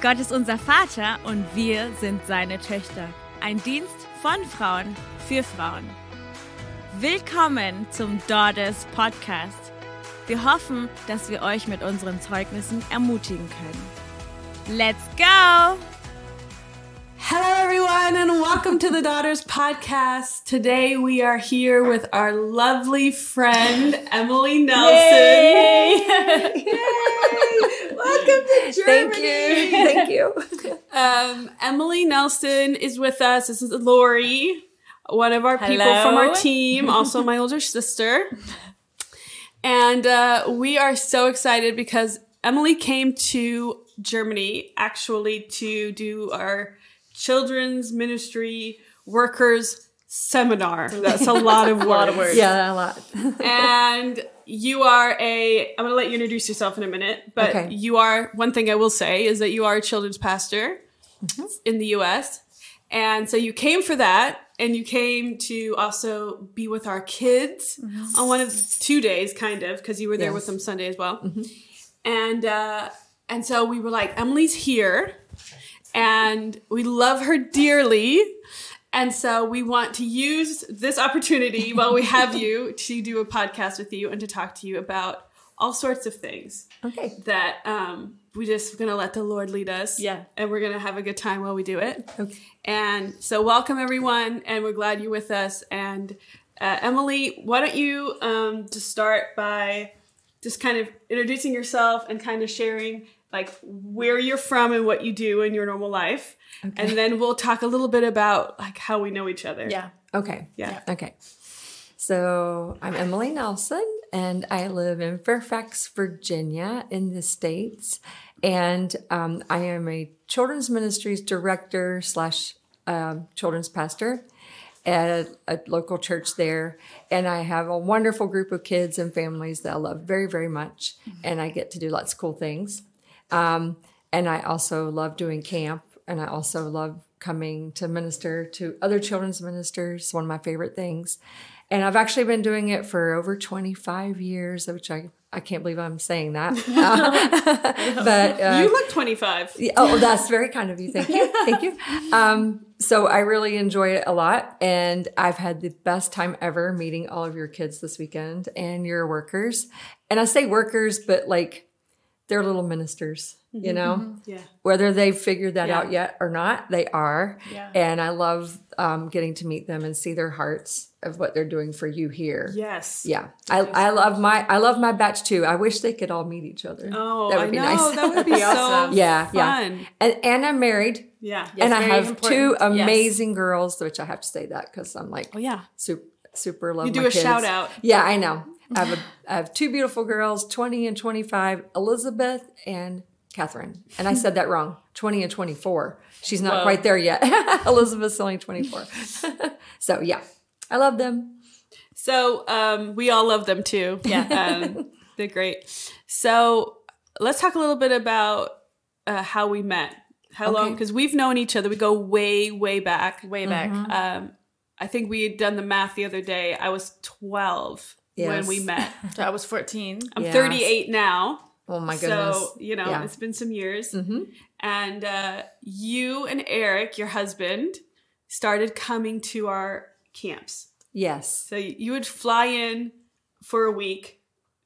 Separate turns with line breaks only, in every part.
Gott ist unser Vater und wir sind seine Töchter. Ein Dienst von Frauen für Frauen. Willkommen zum Daughters Podcast. Wir hoffen, dass wir euch mit unseren Zeugnissen ermutigen können. Let's go!
Hello, everyone, and welcome to the Daughters Podcast. Today we are here with our lovely friend, Emily Nelson. Yay! welcome to Germany.
Thank you. Thank you.
Um, Emily Nelson is with us. This is Lori, one of our people
Hello.
from our team, also my older sister. And uh, we are so excited because Emily came to Germany actually to do our children's ministry workers seminar. That's a lot of words.
yeah, a lot.
And you are a, I'm going to let you introduce yourself in a minute, but
Okay.
you are, one thing I will say is that you are a children's pastor
Mm-hmm.
in the US. And so you came for that and you came to also be with our kids on one of two days, kind of, because you were there with
Mm-hmm.
them Sunday
Yes. Mm-hmm.
as well. And, uh, and so we were like, Emily's here and we love her dearly. And so we want to use this opportunity while we have you to do a podcast with you and to talk to you about all sorts of things
Okay.
that um, we just gonna let the Lord lead us.
Yeah.
And we're gonna have a good time while we do it.
Okay.
And so welcome everyone, and we're glad you're with us. And uh, Emily, why don't you um, just start by just kind of introducing yourself and kind of sharing like where you're from and what you do in your normal life, and then we'll talk a little bit about like how we know each other.
Yeah.
Okay.
Yeah.
Okay. So I'm Emily Nelson, and I live in Fairfax, Virginia, in the states, and um, I am a children's ministries director slash um, children's pastor at a local church there, and I have a wonderful group of kids and families that I love very, very much, and I get to do lots of cool things. Um, and I also love doing camp, and I also love coming to minister to other children's ministers. One of my favorite things. And I've actually been doing it for over 25 years, which I, I can't believe I'm saying that. but uh,
You look 25.
yeah, Oh, that's very kind of you. Thank you. Thank you. Um, so I really enjoy it a lot. And I've had the best time ever meeting all of your kids this weekend and your workers. And I say workers, but like they're little ministers, you know?
Yeah.
Whether they've figured that
Yeah.
out yet or not, they are.
Yeah.
And I love um, getting to meet them and see their hearts of what they're doing for you here.
Yes.
Yeah, I, I love my I love my batch too. I wish they could all meet each other.
Oh,
that would
I
be
know.
nice.
That would be so
awesome.
yeah, yeah.
fun.
And, and I'm married,
Yeah.
Yes,
and I
very
have two
important. Yes.
amazing girls, which I have to say that because I'm like
Oh, yeah.
super super love.
You do
my
a
kids.
shout out.
Yeah, I know. I have a, I have two beautiful girls, twenty and twenty five, Elizabeth and Catherine. And I said that wrong. Twenty and twenty four. She's not quite there yet. Elizabeth's only twenty four. so yeah, I love them.
So um, we all love them too. Yeah, um, they're great. So let's talk a little bit about uh, how we met. How long?
Okay.
Because we've known each other. We go way, way back.
way back.
Um, I think we had done the math the other day. I was 12 when
Yes.
we met.
So I was 14.
I'm
Yes.
38 now.
Oh my goodness.
So, you know,
Yeah.
it's been some years.
hmm
And uh, you and Eric, your husband, started coming to our camps.
Yes.
So you would fly in for a week,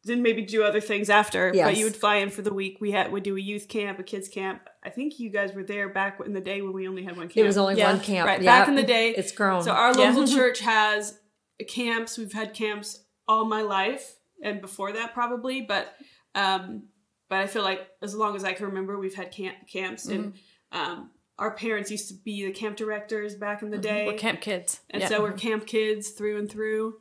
then maybe do other things after. But
Yes.
you would fly in for the week. We had would do a youth camp, a kids camp. I think you guys were there back in the day when we only had one camp.
It was only
Yeah.
one camp.
right
Yeah.
back in the day.
It's grown.
so our
Yeah.
local church has camps. We've had camps all my life and before that probably, but um, but I feel like as long as I can remember, we've had camp camps and.
Mm-hmm.
Um, our parents used to be the camp directors back
Mm-hmm.
in the day.
We're camp kids.
And
Yeah.
so we're camp kids through and through.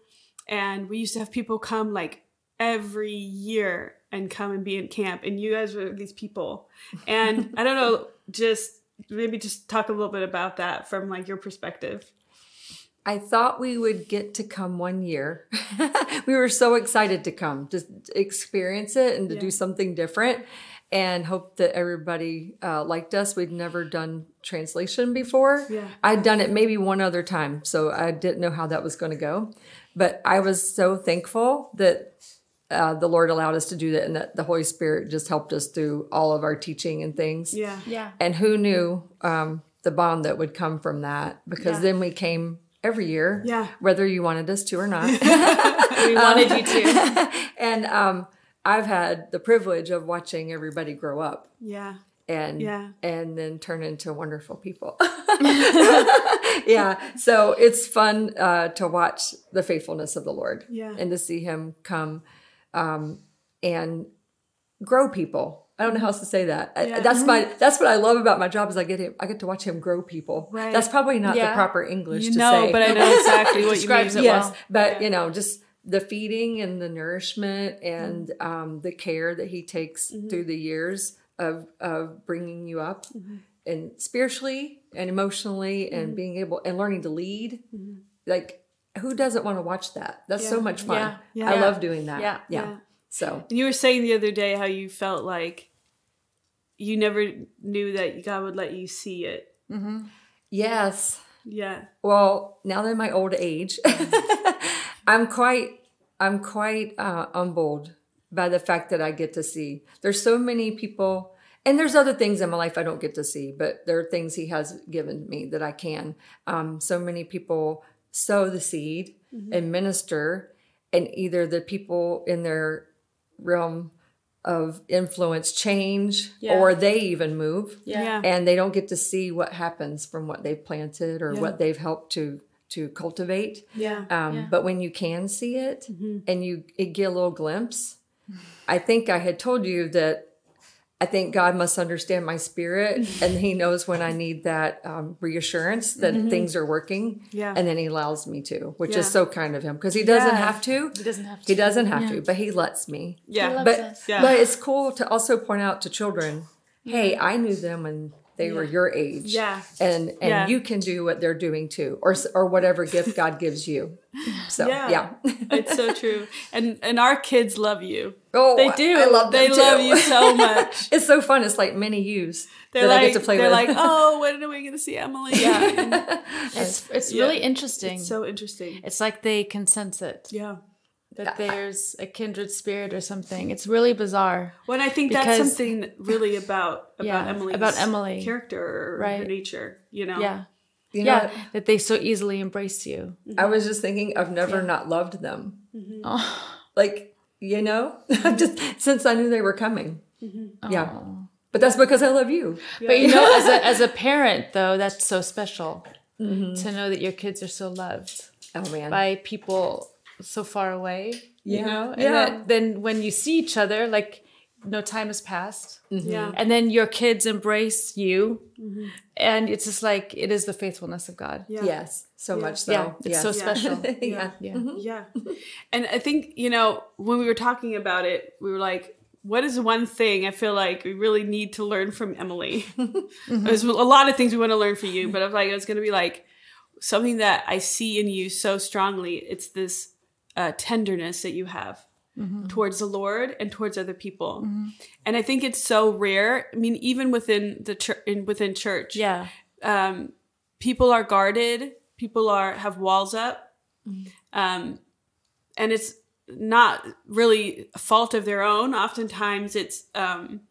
And we used to have people come like every year and come and be in camp. And you guys were these people. And I don't know, just maybe just talk a little bit about that from like your perspective.
I thought we would get to come one year. we were so excited to come, to experience it and to
Yeah.
do something different and hope that everybody uh, liked us. We'd never done translation before.
Yeah.
I'd done it maybe one other time, so I didn't know how that was going to go. But I was so thankful that uh, the Lord allowed us to do that, and that the Holy Spirit just helped us through all of our teaching and things.
Yeah.
Yeah.
And who knew um, the bond that would come from that? Because
Yeah.
then we came every year,
Yeah.
whether you wanted us to or not.
We wanted you to.
and um, I've had the privilege of watching everybody grow up
Yeah.
and
Yeah.
and then turn into wonderful people. yeah, so it's fun uh, to watch the faithfulness of the Lord.
Yeah.
and to see Him come um, and grow people. I don't know how else to say that. I-
Yeah.
That's my that's what I love about my job is I get him, I get to watch him grow people.
Right.
That's probably not
Yeah.
the proper English
You
to
know,
say.
but I know exactly what you
Describes
mean.
it
Yes,
well.
but you know, just the feeding and the nourishment and
Mm-hmm.
um, the care that he takes through the years of of bringing you up
Mm-hmm.
and spiritually and emotionally and being able and learning to lead. Like, who doesn't want to watch that? That's so
Mm-hmm. Yeah.
much fun.
Yeah.
Yeah.
I
Yeah.
love doing that.
Yeah.
yeah.
Yeah.
So
And you were saying the other day how you felt like you never knew that God would let you see it.
yes.
Yeah.
Well, now that I'm my old age, I'm quite I'm quite uh, humbled by the fact that I get to see. There's so many people, and there's other things in my life I don't get to see, but there are things He has given me that I can. Um, so many people sow the seed and minister, and either the people in their realm of influence change,
Yeah.
or they even move
Yeah.
Yeah.
and they don't get to see what happens from what they've planted or what they've helped to to cultivate
Yeah.
um,
Yeah. Mm-hmm.
but when you can see it and you it get a little glimpse i think i had told you that i think god must understand my spirit and he knows when i need that um, reassurance that
Mm-hmm.
things are working
Yeah.
and then he allows me to which
Yeah.
is so kind of him because he doesn't
Yeah.
have to
He doesn't have to.
he doesn't have to but he lets me
He
Yeah.
loves
but,
us.
Yeah.
but it's cool to also point out to children hey i knew them when they were your age
Yeah.
and and
Yeah.
you can do what they're doing too or s- or whatever gift god gives you so yeah,
Yeah. it's so true. And and our kids love you.
oh
They do.
i love
they
them too.
love you so much.
it's so fun it's like mini yous
They're
that
like
i get to play
they're
with
like, oh, when are we gonna see Emily? Yeah.
It's, it's
Yeah.
really interesting. It's,
so interesting.
like they can sense it
Yeah.
that there's a kindred spirit or something. It's really bizarre.
Well, and I think that's
Because-
something really about about
Yeah,
Emily's
about Emily.
character or her
Right.
nature, Um, you know.
Yeah.
"Oh,
you know
Yeah. That they so easily embrace you.
Mm-hmm.
i was just thinking i've never not loved them
Oh.
like you know just since i knew they were coming
Mm-hmm.
yeah
Oh.
but that's because i love you
But you know, as a, as a parent, though, that's so special to know that your kids are so loved
oh man
by people so far away.
Yeah.
You know? And
Yeah.
that, then when you see each other, like no time has passed.
Mm-hmm. Yeah.
And then your kids embrace you. And it's just like, it is the faithfulness of God.
Yeah.
yes so much so
Yeah. It's so
yes.
special.
yeah.
Yeah.
Yeah. Mm-hmm. And I think, you know, when we were talking about it, we were like, what is one thing I feel like we really need to learn from Emily? There's a lot of things we want to learn from you, but I was like, it's going to be like something that I see in you so strongly. It's this uh, tenderness that you have towards the Lord and towards other people. And I think it's so rare. I mean, even within the church, in, within church,
Yeah.
um, people are guarded people are have walls up um, and it's not really a fault of their own oftentimes it's um,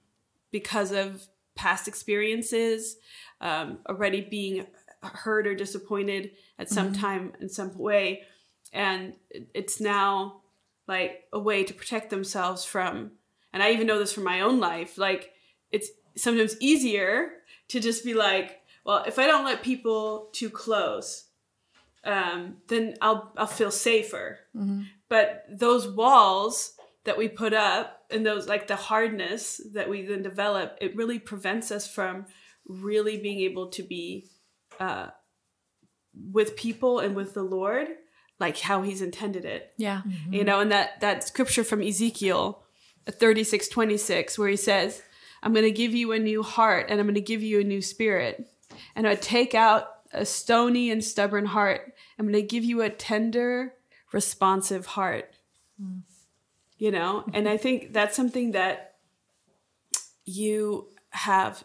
because of past experiences um, already being hurt or disappointed at some time in some way and it- it's now like a way to protect themselves from and i even know this from my own life like it's sometimes easier to just be like well if i don't let people too close um, then i'll i'll feel safer but those walls that we put up and those like the hardness that we then develop it really prevents us from really being able to be uh, with people and with the lord like how he's intended it
Yeah.
Mm-hmm.
you know and that that scripture from ezekiel 36 26 where he says i'm going to give you a new heart and i'm going to give you a new spirit and i take out a stony and stubborn heart i'm going to give you a tender responsive heart you know and i think that's something that you have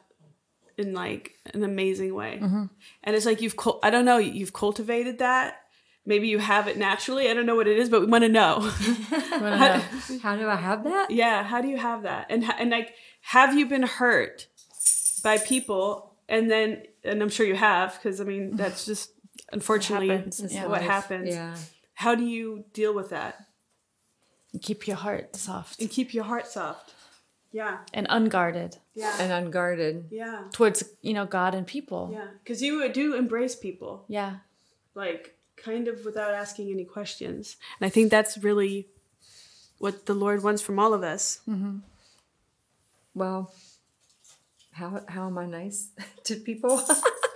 in like an amazing way and it's like you've cul- i don't know you've cultivated that maybe you have it naturally. I don't know what it is, but we want to know.
Wanna know.
How do I have that?
yeah, how do you have that? And ha- and like, have you been hurt by people? And then, and I'm sure you have, because I mean, that's just unfortunately
happens.
what
Yeah.
Life.
happens.
Yeah.
How do you deal with that
Keep your heart soft
and keep your heart soft? Yeah,
and unguarded
yeah,
And unguarded.
yeah,
towards you know God and people.
yeah. Because you uh, do embrace people.
Yeah.
like kind of without asking any questions. And I think that's really what the Lord wants from all of us.
Hmm. Well, how how am I nice to people?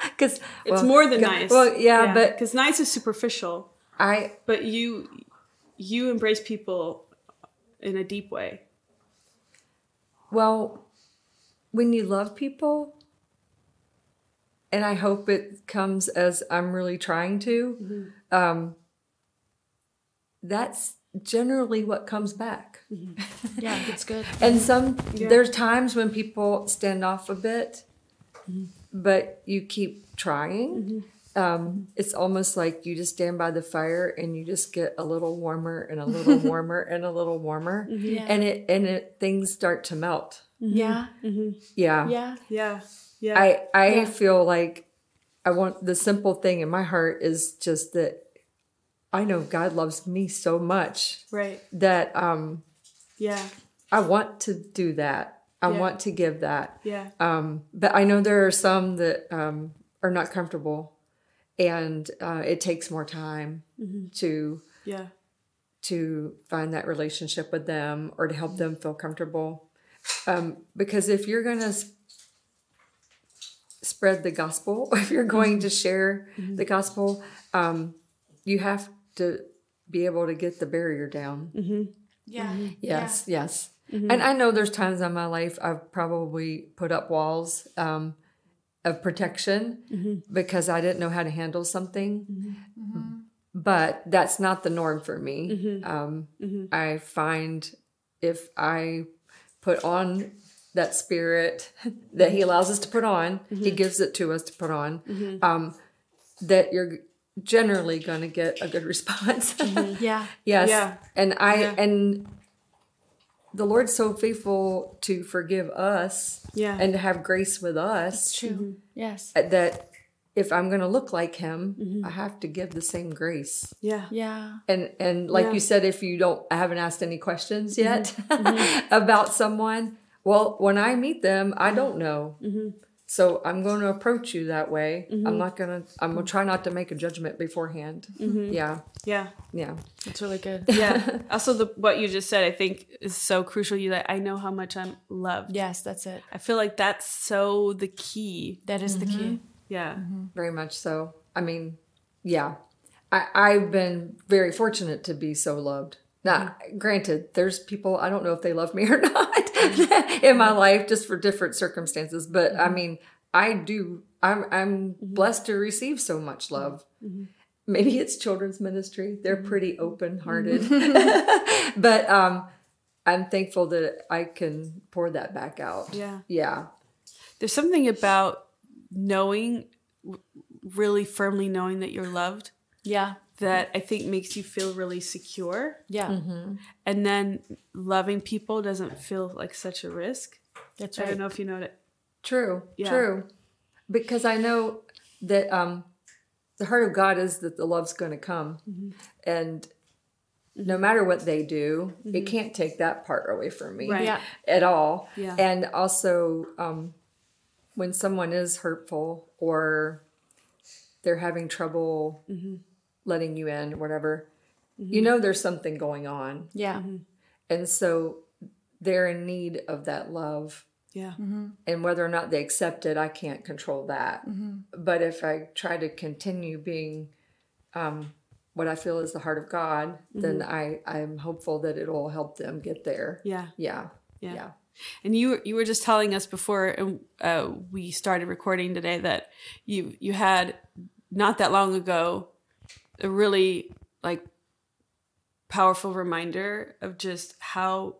Because
it's more than nice.
Well, yeah, but
because nice is superficial,
I
but you you embrace people in a deep way.
Well, when you love people, and I hope it comes as I'm really trying to,
Mm-hmm.
um, that's generally what comes back.
Yeah, it's good.
And some there's times when people stand off a bit, but you keep trying. Um, it's almost like you just stand by the fire and you just get a little warmer and a little warmer and a little warmer,
Yeah.
and it and it things start to melt.
Yeah.
Yeah.
Yeah.
Yeah, yeah,
I I
Yeah.
feel like I want the simple thing in my heart is just that I know God loves me so much
right,
that um
yeah,
I want to do that. I
Yeah.
want to give that.
yeah,
Um but I know there are some that um are not comfortable and uh it takes more time to
yeah,
to find that relationship with them or to help them feel comfortable. Um, because if you're going to s- spread the gospel, if you're going to share the gospel, um, you have to be able to get the barrier down.
Yeah.
Yes, yes. And I know there's times in my life I've probably put up walls um, of protection because I didn't know how to handle something.
Mm-hmm.
But that's not the norm for me. Um, I find if I put on that spirit that He allows us to put on, He
Mhm.
gives it to us to put on,
Mm-hmm.
um, that you're generally going to get a good response.
Yeah.
Mm-hmm.
Yes.
Yeah.
And I
Yeah.
and the Lord's so faithful to forgive us
yeah,
and to have grace with us
True. Yes.
that if I'm going to look like him,
Mm-hmm.
I have to give the same grace.
yeah,
Yeah.
And and like
Yeah.
you said if you don't I haven't asked any questions yet about someone, well, when I meet them, I don't know. So I'm going to approach you that way. I'm not going to I'm going to try not to make a judgment beforehand. Yeah.
yeah.
Yeah.
It's really good.
Yeah. also, the what you just said, I think, is so crucial. You that I know how much I'm loved.
Yes, that's it.
I feel like that's so the key.
That is the key.
Yeah.
very much so i mean yeah I, i've been very fortunate to be so loved now granted there's people i don't know if they love me or not in my life just for different circumstances but i mean i do i'm i'm blessed to receive so much love maybe it's children's ministry they're pretty open-hearted but um i'm thankful that i can pour that back out
Yeah.
yeah
There's something about knowing, w- really firmly knowing that you're loved,
Yeah.
that I think makes you feel really secure.
Yeah.
And then loving people doesn't feel like such a risk.
That's
I
right.
don't know if you know that.
True.
Yeah.
True. Because I know that um the heart of God is that the love's going to come.
Mm-hmm.
And no matter what they do, it can't take that part away from me
Mm-hmm. Right.
Yeah.
at all.
Yeah.
And also um when someone is hurtful or they're having trouble
Mm-hmm.
letting you in, whatever, you know there's something going on.
Yeah.
And so they're in need of that love
Yeah.
and whether or not they accept it, I can't control that. But if I try to continue being um, what I feel is the heart of God, then I I'm hopeful that it'll help them get there.
Yeah.
Yeah,
Yeah.
yeah,
And you were- you were just telling us before um, uh, we started recording today that you you had not that long ago a really like powerful reminder of just how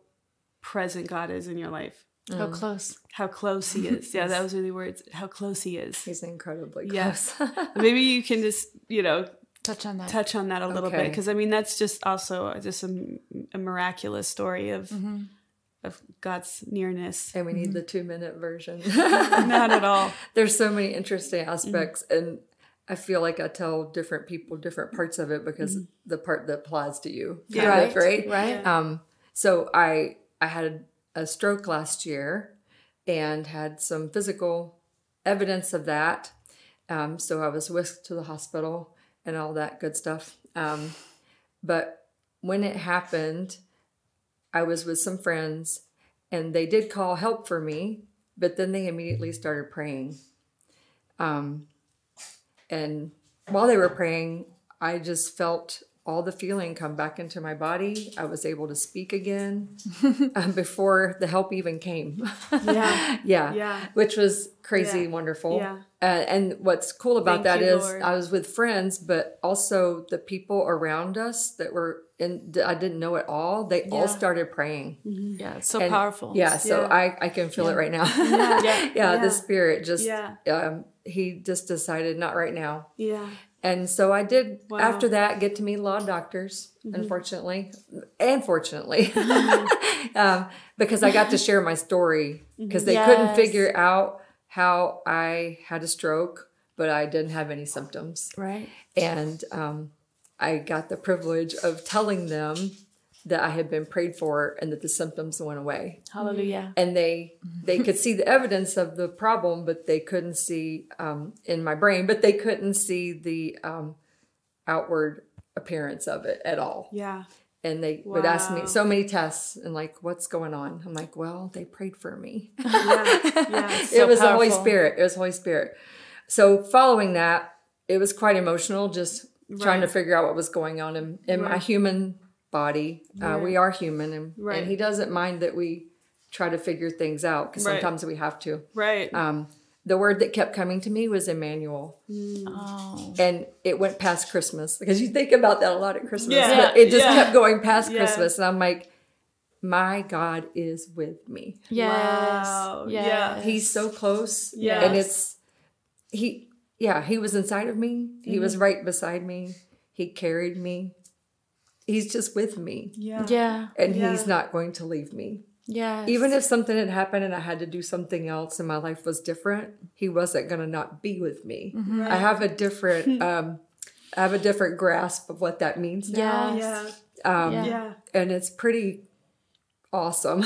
present God is in your life,
Mm.
How close.
how close He is. Yeah, that was really words. How close He is.
He's incredibly
Yes.
close.
Maybe you can just you know
touch on that.
touch on that a little bit 'cause bit
Okay.
because I mean that's just also just a, m- a miraculous story of of God's nearness.
And we need the two minute version.
Not at all.
There's so many interesting aspects. And I feel like I tell different people different parts of it because the part that applies to you.
Yeah.
Mm-hmm. Right. Right.
Right.
Um, so I I had a stroke last year and had some physical evidence of that. Um, so I was whisked to the hospital and all that good stuff. Um, but when it happened, I was with some friends and they did call help for me, but then they immediately started praying. Um, and while they were praying, I just felt all the feeling come back into my body. I was able to speak again um, before the help even came.
Yeah.
yeah.
Yeah.
Which was crazy
Yeah.
wonderful.
Yeah.
Uh, and what's cool about
Thank
that
you,
is
Lord.
I was with friends, but also the people around us that were in, that I didn't know at all, they all
Yeah.
started praying.
Yeah, it's so
And-
powerful.
Yeah, so
Mm-hmm. Yeah.
I, I can feel it right now.
Yeah.
Yeah,
Yeah.
the spirit just,
Yeah.
um, he just decided not right now.
Yeah.
And so I did
Wow.
after that get to meet law doctors, unfortunately, and fortunately, um, because I got to share my story because they couldn't
Yes.
figure out how I had a stroke, but I didn't have any symptoms.
Right.
And um, I got the privilege of telling them that I had been prayed for and that the symptoms went away
Hallelujah.
and they they could see the evidence of the problem, but they couldn't see um, in my brain, but they couldn't see the um, outward appearance of it at all.
Yeah.
And they would ask
Wow.
me so many tests and like, what's going on? I'm like, well, they prayed for me.
Yeah. Yeah.
so
it was the
powerful.
Holy Spirit. It was Holy Spirit. So following that, it was quite emotional, just trying to
Right.
figure out what was going on in, in my
Right.
human body. Uh, we are human, and,
Right.
and He doesn't mind that we try to figure things out because
Right.
sometimes we have to.
Right.
Um, the word that kept coming to me was Emmanuel,
Oh.
and it went past Christmas because you think about that a lot at Christmas.
Yeah.
but it just
Yeah.
kept going past
Yeah.
Christmas, and I'm like, my God is with me.
Yes.
Wow. Yeah.
Yes.
He's so close.
Yes.
And it's he yeah, he was inside of me. He was right beside me. He carried me. He's just with me.
yeah.
Yeah.
And
Yeah.
he's not going to leave me.
Yes.
Even if something had happened and I had to do something else and my life was different, he wasn't going to not be with me. I have a different um I have a different grasp of what that means now.
Yes.
Yeah.
Um
Yeah.
Oh, Yeah.
and it's pretty awesome.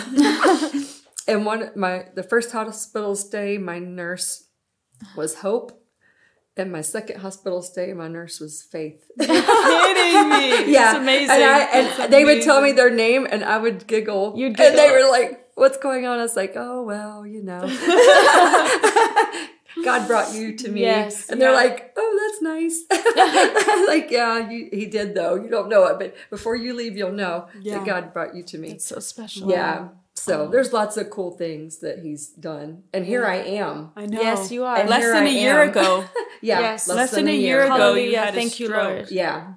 and one my the first hospital stay, my nurse was Hope, and my second hospital stay, my nurse was Faith.
Kidding me.
yeah,
It's amazing.
And, I, and
It's
they would tell me
amazing.
their name, and I would giggle.
You'd
and they
giggle.
were like, "What's going on?" I was like, "Oh well, you know." God brought you to me,
Yes,
and they're
yeah.
like, "Oh, that's nice." like, yeah, you, he did though. You don't know it, but before you leave, you'll know
Yeah.
that God brought you to me.
it's so special.
Yeah. So there's lots of cool things that he's done. And here I am.
I know.
Yes, you are.
And
Less
here
than
I
a year
am.
ago.
Yeah.
Yes.
Less than a year ago,
Hallelujah.
you had a
Thank you,
stroke.
Lord.
Yeah.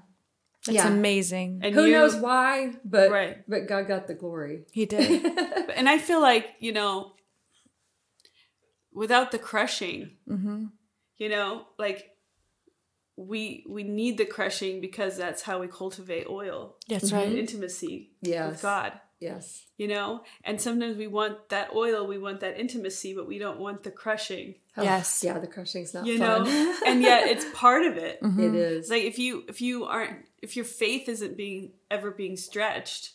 That's
yeah.
amazing.
And
Who
you-
knows why, but
Right.
but God got the glory.
he did.
and I feel like you know, without the crushing, you know, like we we need the crushing because that's how we cultivate oil
That's
and
right.
intimacy with
Yes.
God.
Yes.
You know, and sometimes we want that oil, we want that intimacy, but we don't want the crushing.
Oh,
Yes.
Yeah, the crushing's not
You
fun.
know, and yet it's part of it.
it is.
It's like if you if you aren't if your faith isn't being ever being stretched,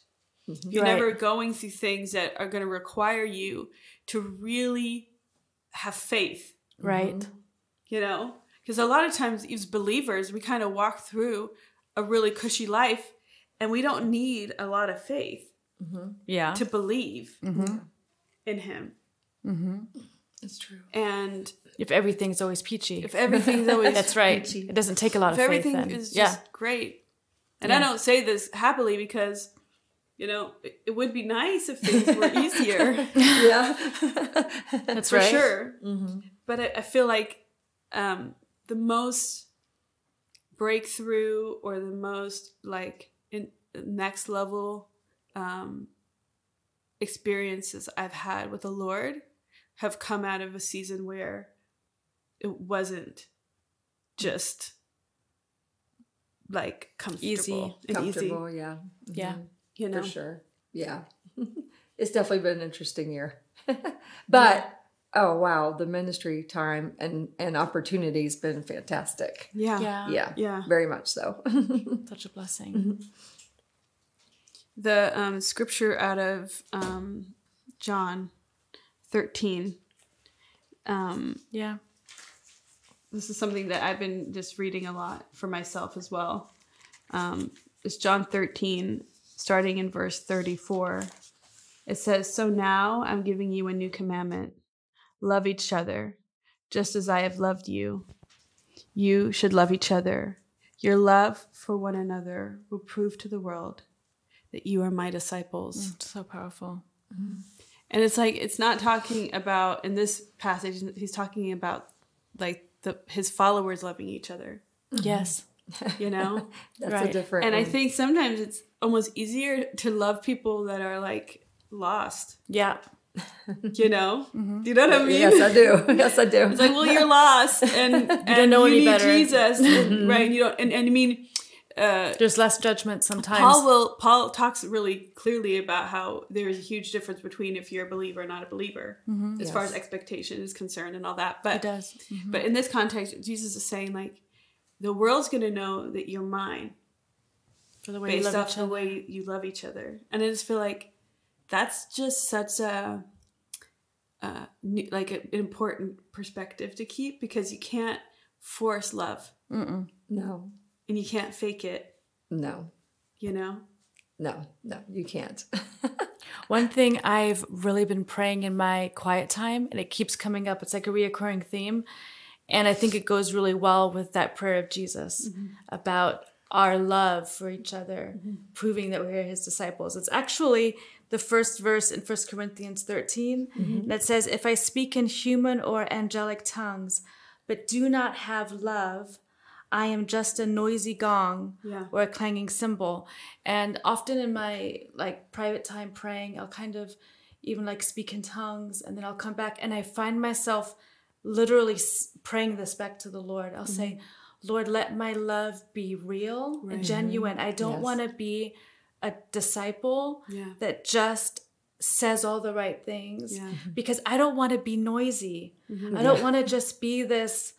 you're
Right.
never going through things that are going to require you to really have faith,
Right.
you know? Because a lot of times as believers, we kind of walk through a really cushy life and we don't need a lot of faith
Yeah.
to believe in him.
it's true.
And
If everything's always peachy.
if everything's always
That's right. It doesn't take a
if
lot of faith.
everything
then.
is just
yeah.
great. And I don't say this happily because, you know, it, it would be nice if things were easier
Yeah.
That's
for
right. Mm-hmm.
sure. But I, I feel like um, the most breakthrough or the most like in next level um, experiences I've had with the Lord have come out of a season where it wasn't just like comfortable
Easy.
and
Comfortable, yeah.
Yeah.
easy. You know,
For sure. Yeah. it's definitely been an interesting year. but oh wow, the ministry time and and opportunity's been fantastic.
yeah, yeah.
Yeah. Mm-hmm.
Yeah.
yeah.
Very much so.
Such a blessing.
The um, scripture out of um, John thirteen. Um,
Yeah.
this is something that I've been just reading a lot for myself as well. Um, it's John 13, starting in verse 34. It says, So now I'm giving you a new commandment love each other, just as I have loved you. You should love each other. Your love for one another will prove to the world that you are my disciples.
So powerful.
And it's like it's not talking about in this passage. He's talking about like the his followers loving each other,
Yes.
you know.
That's
Right.
a different
and I
one.
think sometimes it's almost easier to love people that are like lost,
Yeah. Mm-hmm.
you know. You know what I mean?
Yes, I do. Yes, I do.
It's like, well, you're lost, and, and you
don't know any
need
better. Mm-hmm.
Jesus, right? You don't, and, and I mean, uh,
There's less judgment sometimes.
Paul will Paul talks really clearly about how there is a huge difference between if you're a believer or not a believer, as far as expectation is concerned and all that. But
He Mm-hmm. does. Mm-hmm.
But in this context, Jesus is saying like, the world's gonna know that you're mine
For the way you
based
love
off
each
the
other.
way you love each other, and I just feel like that's just such a uh, new- like an important perspective to keep because you can't force love
no.
and you can't fake it,
No.
you know.
No. No. You can't.
One thing I've really been praying in my quiet time, and it keeps coming up, it's like a reoccurring theme. And I think it goes really well with that prayer of Jesus about our love for each other, proving that we're his disciples. It's actually the first verse in 1 Corinthians 13 that says, If I speak in human or angelic tongues, but do not have love, I am just a noisy gong
Yeah.
or a clanging cymbal. And often in my like private time praying, I'll kind of even like speak in tongues and then I'll come back and I find myself literally s- praying this back to the Lord. I'll say,
Mm-hmm.
Lord, let my love be real and genuine. I don't
Yes.
want to be a disciple
Yeah.
that just says all the right things
Yeah. Mm-hmm.
because I don't want to be noisy. I don't want to just be this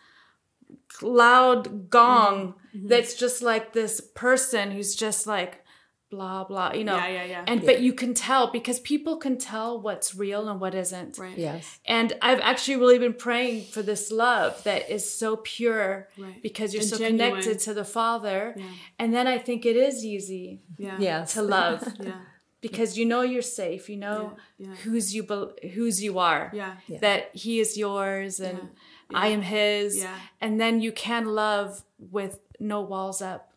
loud gong
Mm-hmm.
that's just like this person who's just like blah blah, you know.
Yeah, yeah, yeah.
And but you can tell because people can tell what's real and what isn't.
Right.
yes.
And I've actually really been praying for this love that is so pure
Right.
because you're
And
so
genuine.
connected to the Father.
Yeah.
And then I think it is easy
Yeah.
Yes.
to love
Yeah.
because you know you're safe. You know
Yeah, yeah.
who's you bel who's you are.
Yeah. Yeah.
That he is yours and I am his.
Yeah.
And then you can love with no walls up,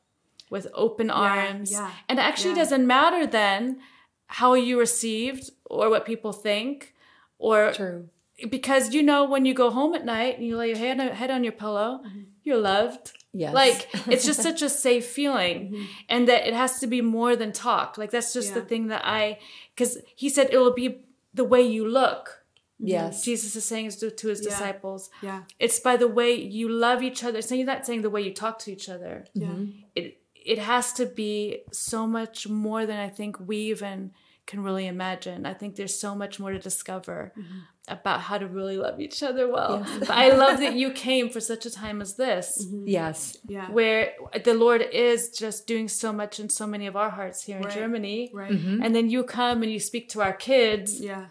with open arms.
yeah,
And it actually
yeah.
doesn't matter then how you received or what people think or
True.
because you know when you go home at night and you lay your head head on your pillow,
Mm-hmm.
you're loved.
Yes.
Like it's just such a safe feeling, and that it has to be more than talk. Like that's just the
Mm-hmm. Yeah.
thing that I, because he said it will be the way you look.
Yes.
Jesus is saying to, to his
Mm-hmm. Yeah.
disciples,
Yeah.
it's by the way you love each other. So you're not saying the way you talk to each other.
Yeah.
It it has to be so much more than I think we even can really imagine. I think there's so much more to discover
Mm-hmm.
about how to really love each other well. But I love that you came for such a time as this
Yes.
Yeah.
where the Lord is just doing so much in so many of our hearts here in
Right.
Germany.
Right.
And then you come and you speak to our kids,
Yeah.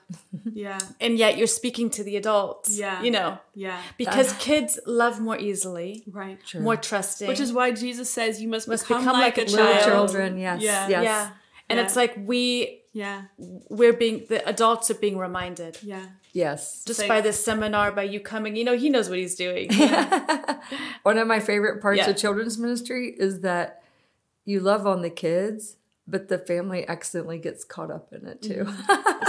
Yeah.
and yet you're speaking to the adults.
Yeah.
You know,
Yeah.
because kids love more easily,
Right.
more trusting.
Which is why Jesus says you must,
Must
become,
become
like,
like
a
little
child.
Children. Yes.
Yeah.
Yes.
yeah. And
Yeah.
it's like we
Yeah.
we're being the adults are being reminded
Yeah.
Yes.
just
Like-
by this seminar, by you coming. You know, he knows what he's doing.
One of my favorite parts
Yeah.
of children's ministry is that you love on the kids, but the family accidentally gets caught up in it too.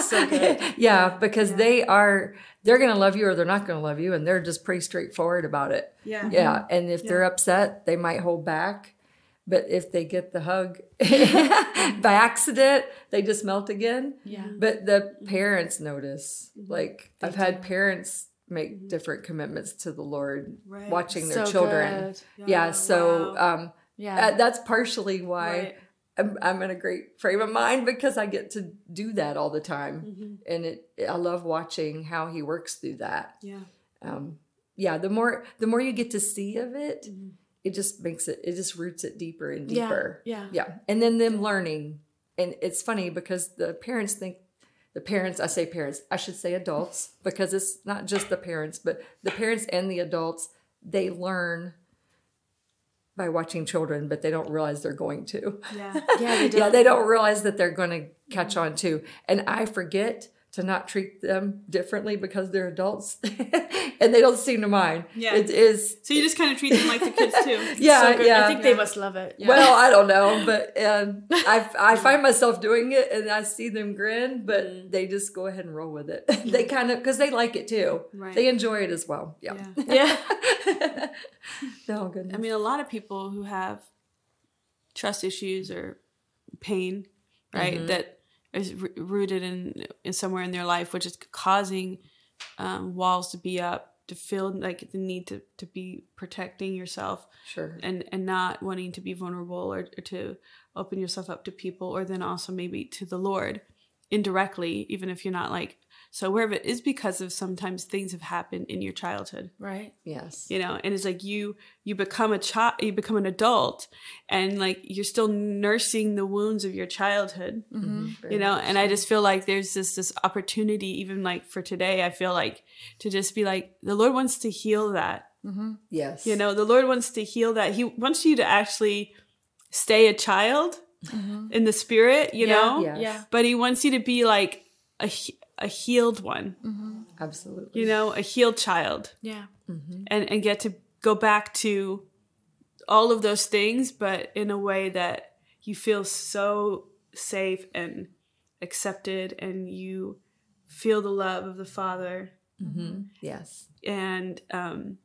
so good.
yeah, because they are they're going to love you or they're not going to love you and they're just pretty straightforward about it.
Yeah.
Yeah, and if they're upset, they might hold back, but if they get the hug
Mm-hmm.
by accident, they just melt again.
Yeah.
But the parents notice.
Mm-hmm.
Like I've had parents make different commitments to the Lord
Right.
watching their
So
children.
good.
Yeah, so um,
Yeah.
Uh, that's partially why
Right.
I'm, I'm in a great frame of mind because I get to do that all the time,
Mm-hmm.
and it I love watching how he works through that.
Yeah.
Um, yeah, the more the more you get to see of it, it just makes it it just roots it deeper and
Mm-hmm. Yeah,
deeper.
yeah.
yeah. And then them learning, and it's funny because the parents think the parents I say parents I should say adults because it's not just the parents but the parents and the adults they learn by watching children but they don't realize they're going to
Yeah.
yeah, they
yeah, they don't realize that they're going to catch on too. And I forget to not treat them differently because they're adults and they don't seem to mind.
Yeah.
It is.
So you just kind of treat them like the kids too.
Yeah,
so good.
yeah.
I think they must love it. Yeah.
Well, I don't know, but um, I I find myself doing it, and I see them grin, but they just go ahead and roll with it. they kind of because they like it too.
Right.
They enjoy it as well. Yeah.
Yeah.
yeah.
No goodness.
I mean, a lot of people who have trust issues or pain, right, that is r- rooted in, in somewhere in their life, which is causing um, walls to be up, to feel like the need to, to be protecting yourself
sure.
and, and not wanting to be vulnerable or, or to open yourself up to people, or then also maybe to the Lord indirectly, even if you're not like so aware of it, is because of sometimes things have happened in your childhood
Right.
Yes.
you know and it's like you you become a child you become an adult and like you're still nursing the wounds of your childhood
Mm-hmm.
Mm,
you know and i just feel like there's this this opportunity even like for today i feel like to just be like the lord wants to heal that
Yes.
you know the lord wants to heal that he wants you to actually stay a child in the spirit you
Mm-hmm. Yeah,
know
Yes.
Yeah.
but he wants you to be like a he- a healed one
Absolutely.
you know a healed child
Yeah.
and and get to go back to all of those things but in a way that you feel so safe and accepted and you feel the love of the father
Yes.
and um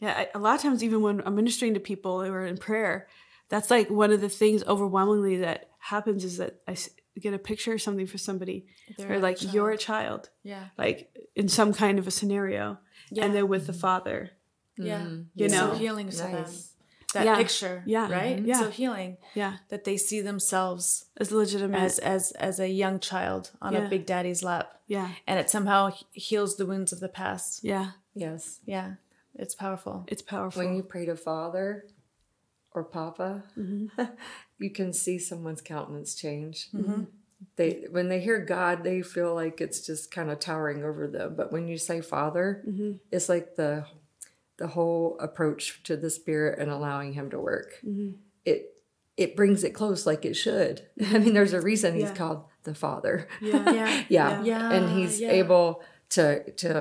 yeah I, a lot of times even when i'm ministering to people or in prayer that's like one of the things overwhelmingly that happens is that i s- get a picture or something for somebody
They're
or
a
like you're a
child.
child
Yeah.
like in some kind of a scenario
Yeah.
and they're with the father
Yeah.
You
It's
know?
so healing to
Nice.
them. That
Yeah.
picture.
Yeah.
Right?
Mhm. Yeah.
So healing
yeah
that they see themselves
as legitimate
as as as a young child on
Yeah.
a big daddy's lap.
Yeah.
And it somehow he- heals the wounds of the past.
Yeah.
Yes.
Yeah. It's powerful.
It's powerful.
when you pray to father or papa
Mm-hmm.
you can see someone's countenance change
Mm-hmm.
they when they hear god they feel like it's just kind of towering over them but when you say father
Mm-hmm.
it's like the the whole approach to the spirit and allowing him to work
Mm-hmm.
it it brings it close like it should i mean there's a reason he's
Yeah.
called the father
Yeah.
yeah.
Yeah.
And he's
Yeah.
able to to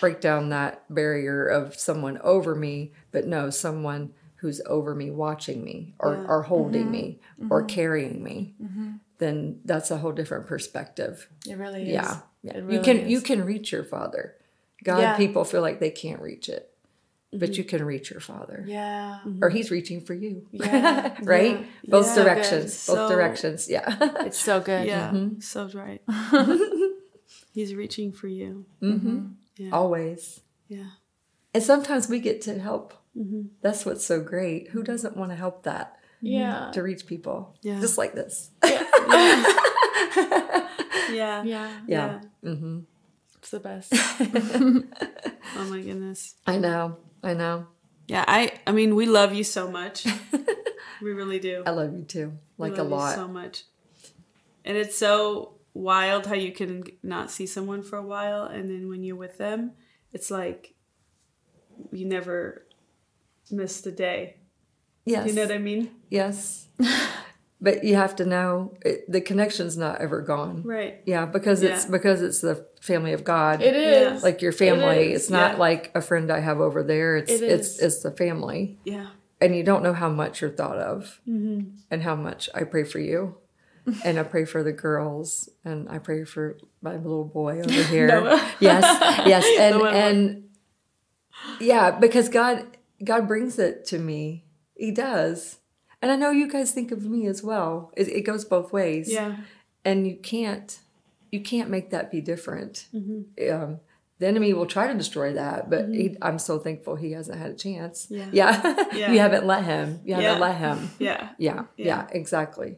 break down that barrier of someone over me, but no, someone who's over me watching me or,
Yeah.
or holding
Mm-hmm.
me or carrying me. Then that's a whole different perspective.
It really is.
Yeah. yeah.
It
you
really
can
is.
you can reach your father. God
Yeah. Mm-hmm.
people feel like they can't reach it. But you can reach your father.
Yeah.
Or he's reaching for you.
Yeah.
right? Both
Yeah.
directions.
So-
Both directions. Yeah.
It's so good.
yeah. So right. He's reaching for you.
Always.
Yeah.
And sometimes we get to help.
Mm-hmm.
That's what's so great. Who doesn't want to help that
Yeah.
to reach people?
Yeah.
Just like this.
Yeah.
Yeah.
Yeah.
It's the best.
Oh my goodness.
I know. I know.
Yeah. I. I mean, we love you so much. we really do.
I love you too.
We
Like a
love you
lot.
So much. And it's so wild how you can not see someone for a while, and then when you're with them, it's like you never missed a day.
yes.
You know what I mean?
yes. but you have to know it, the connection's not ever gone.
Right.
Yeah, because it's
Yeah.
because it's the family of God.
It is.
Like your family.
is,
it's not
yeah.
like a friend I have over there. It's
It
it's
is.
it's the family.
Yeah.
and you don't know how much you're thought of and how much I pray for you. and I pray for the girls and I pray for my little boy over here. yes, yes. And and yeah, because God God brings it to me. He does. And I know you guys think of me as well. It, it goes both ways
Yeah. Mm-hmm.
and you can't you can't make that be different um, the enemy will try to destroy that, but he, I'm so thankful he hasn't had a chance.
Yeah.
Yeah.
Yeah.
you haven't let him. You haven't
Yeah.
let him.
Yeah.
Yeah,
Yeah.
yeah, exactly.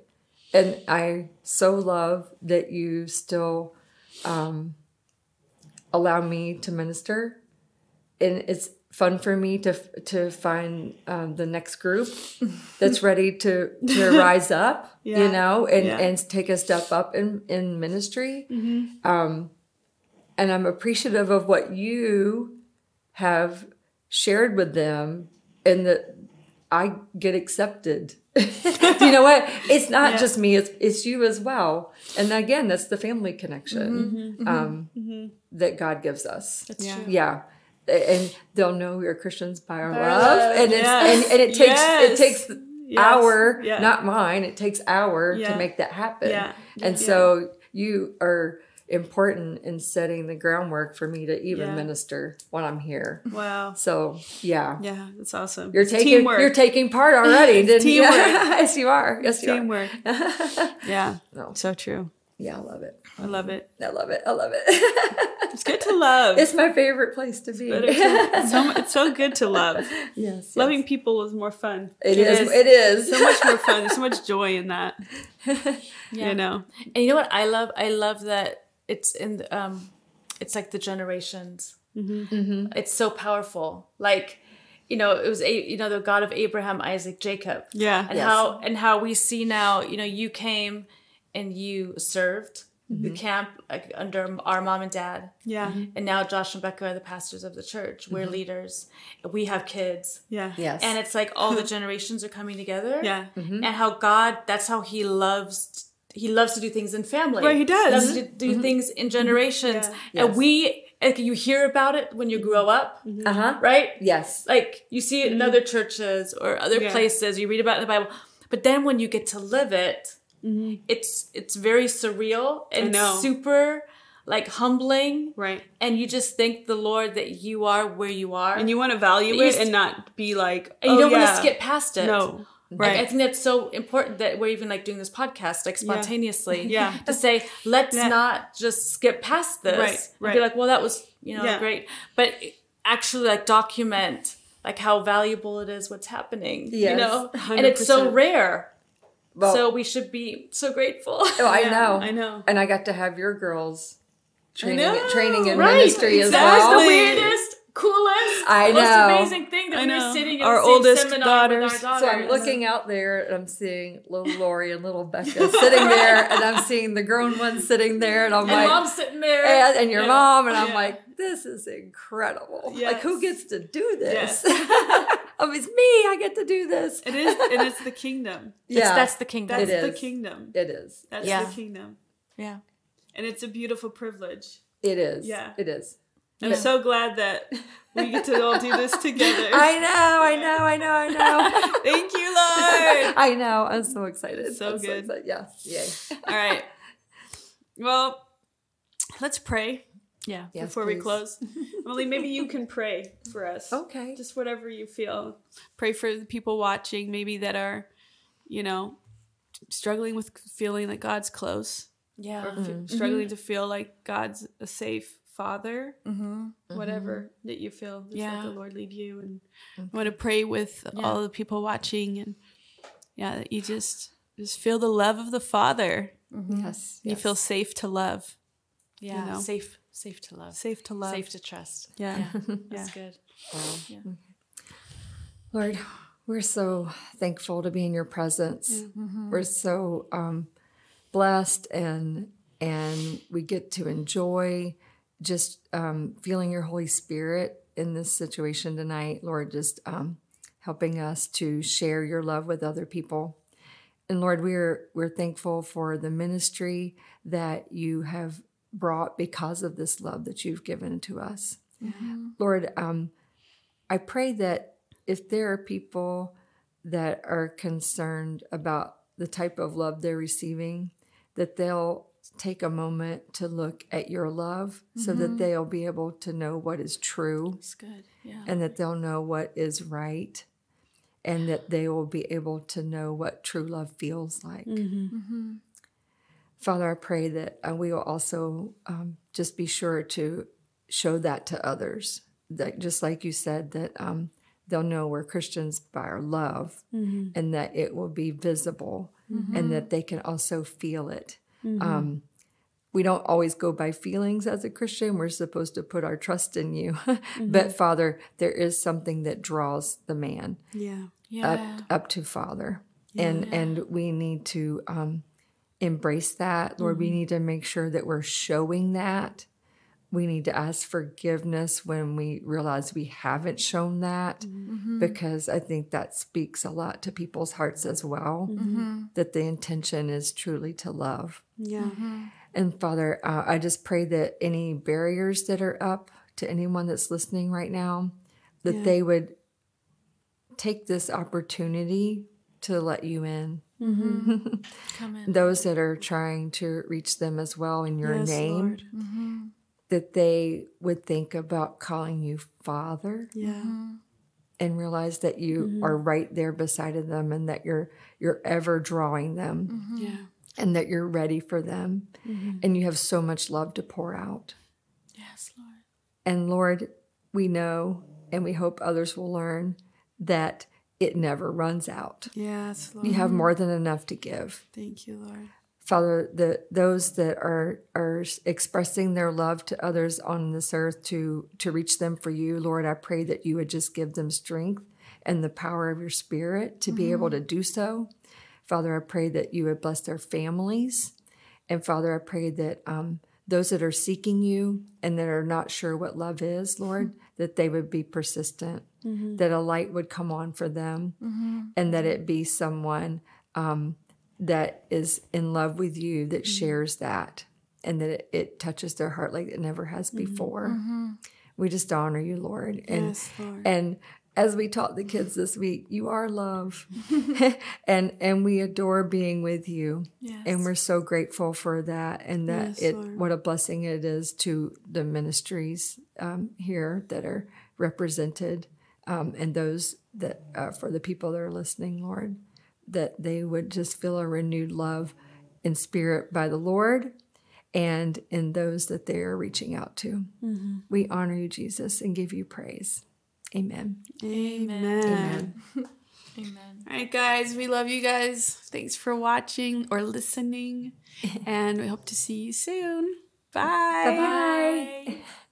And I so love that you still um, allow me to minister, and it's fun for me to to find um, the next group that's ready to to rise up,
Yeah.
you know, and
Yeah.
and take a step up in in ministry. Um,
Mm-hmm.
and I'm appreciative of what you have shared with them, and that I get accepted. you know what? It's not
Yeah.
just me, it's it's you as well. And again, that's the family connection
Mm-hmm,
um, that God gives us.
That's
Yeah.
true.
Yeah. And they'll know we are Christians by our
By our
love.
love.
And it's
Yes.
and, and it takes
Yes.
it takes
Yes.
our
Yeah.
not mine, it takes our
Yeah.
to make that happen.
Yeah.
And
Yeah.
so you are important in setting the groundwork for me to even
Yeah.
minister when I'm here.
Wow.
So yeah.
Yeah, that's awesome.
You're
It's
taking
teamwork.
you're taking part already. didn't you?
teamwork.
yes, you are. Yes, you are.
teamwork. yeah.
No.
So true.
Yeah, I love it.
I love it.
I love it. I love it.
It's good to love.
it's my favorite place to be.
But it's, it's so, it's so good to love.
yes,
Loving people is more fun.
It is. It is.
so much more fun. There's so much joy in that.
Yeah.
You know.
And you know what I love? I love that it's in the, um, it's like the generations. It's so powerful. Like, you know, it was a you know the God of Abraham, Isaac, Jacob,
Yeah.
and how and how we see now. You know, you came and you served the camp like, under our mom and dad,
Yeah.
Mm-hmm.
and now Josh and Becca are the pastors of the church. We're leaders. We have kids.
Yeah.
yes. Mm-hmm.
And it's like all the generations are coming together.
Yeah.
And how God, that's how He loves. He loves to do things in family.
Right, he does. Mm-hmm.
loves to do things in generations.
Yeah. Mm-hmm.
And we, like, you hear about it when you grow up,
uh huh.
right?
Yes.
Like you see it in other churches or other
Yeah.
places. You read about it in the Bible, but then when you get to live it, it's it's very surreal
Mm-hmm.
and
know.
super like humbling.
Right.
And you just thank the Lord that you are where you are,
And you want to value
But you
it
s-
and not be like,
and you
oh,
don't
yeah.
want to skip past it.
No.
Like, I
Right.
think that's so important that we're even like doing this podcast like spontaneously.
Yeah.
To say, let's
Yeah.
not just skip past this.
Right,
and
right.
Be like, well, that was, you know,
Yeah.
great. But actually like document like how valuable it is what's happening. You
Yes.
know? And it's so
100%.
rare.
Well,
so we should be so grateful.
oh, I
Yeah,
know.
I know.
And I got to have your girls training
know.
training in
Right,
ministry as
That was the
well.
exactly.
weirdest, coolest,
I know.
most amazing thing that
I
we were
know.
sitting in
Our
the same
oldest
seminar with
daughters. So
our
So I'm
daughters.
looking out there and I'm seeing little Lori and little Becca sitting there, and I'm seeing the grown ones sitting there, and I'm
and
like,
mom's sitting there.
and, and your
Yeah.
mom and i'm
Yeah.
like this is incredible like
Yes.
who gets to do this I mean, it's me i get to do this
It is. It is the kingdom.
It's-
yeah
that's the kingdom.
That's
It
the
is.
kingdom.
it is
That's
Yeah.
the kingdom.
yeah.
And it's a beautiful privilege.
it is
Yeah.
it is
I'm so glad that we get to all do this together.
i know i know i know i know
Thank you, Lord.
i know i'm so excited
So
I'm
good.
excited. yeah yay
All right. Well, let's pray
Yeah.
Yes,
before we
please.
close. Emily, maybe you can pray for us.
okay
Just whatever you feel. Pray for the people watching, maybe that are, you know, struggling with feeling that God's close
Yeah.
or f- struggling to feel like God's a safe father.
Mm-hmm.
whatever that you feel. Just
Yeah.
let the Lord lead you. And I want to pray with
Yeah.
all the people watching and yeah, that you just just feel the love of the Father.
yes,
You
yes.
feel safe to love.
Yeah.
know?
Safe. Safe to love.
Safe to love.
Safe to trust.
yeah.
That's good.
Lord, we're so thankful to be in your presence. We're so um, blessed and and we get to enjoy just um, feeling your Holy Spirit in this situation tonight, Lord, just um, helping us to share your love with other people. And Lord, we're we're thankful for the ministry that you have brought because of this love that you've given to us. Lord, um, I pray that if there are people that are concerned about the type of love they're receiving, that they'll take a moment to look at your love so that they'll be able to know what is true
Mm-hmm. It's good. Yeah.
and that they'll know what is right and that they will be able to know what true love feels like.
Mm-hmm.
Father, I pray that uh, we will also um, just be sure to show that to others. That just like you said, that um, they'll know we're Christians by our love, and that it will be visible, and that they can also feel it. Um, we don't always go by feelings as a Christian. We're supposed to put our trust in you. But Father, there is something that draws the man
Yeah.
Yeah.
up up to Father. And and we need to um embrace that. Lord, we need to make sure that we're showing that. We need to ask forgiveness when we realize we haven't shown that because I think that speaks a lot to people's hearts as well. That the intention is truly to love. Mm-hmm.
Yeah.
And Father, uh, I just pray that any barriers that are up to anyone that's listening right now, that they would take this opportunity to let you in.
Mm-hmm.
Come in.
Those that are trying to reach them as well in your
Yes,
name,
Lord. Mm-hmm.
that they would think about calling you Father Mm-hmm.
Yeah. Mm-hmm.
and realize that you are right there beside of them and that you're you're ever drawing them
Yeah.
and that you're ready for them
Mm-hmm.
and you have so much love to pour out.
Yes, Lord.
And Lord, we know and we hope others will learn that it never runs out.
Yes, Lord.
You have more than enough to give.
Thank you, Lord.
Father, the those that are are expressing their love to others on this earth to to reach them for you, Lord, I pray that you would just give them strength and the power of your spirit to be able to do so. Father, I pray that you would bless their families. And Father, I pray that um, those that are seeking you and that are not sure what love is, Lord, that they would be persistent, that a light would come on for them, and that it be someone um, that is in love with you that
Mm-hmm.
shares that and that it, it touches their heart like it never has
Mm-hmm.
before. We just honor you, Lord. And
Yes, Lord.
and as we taught the kids this week, you are love. and and we adore being with you.
Yes.
And we're so grateful for that and that
Yes,
it
Lord.
what a blessing it is to the ministries um, here that are represented um, and those that uh, for the people that are listening, Lord, that they would just feel a renewed love in spirit by the Lord and in those that they are reaching out to. We honor you, Jesus, and give you praise. Amen.
Amen.
Amen.
All right, guys. We love you guys. Thanks for watching or listening. and we hope to see you soon. Bye.
Bye-bye.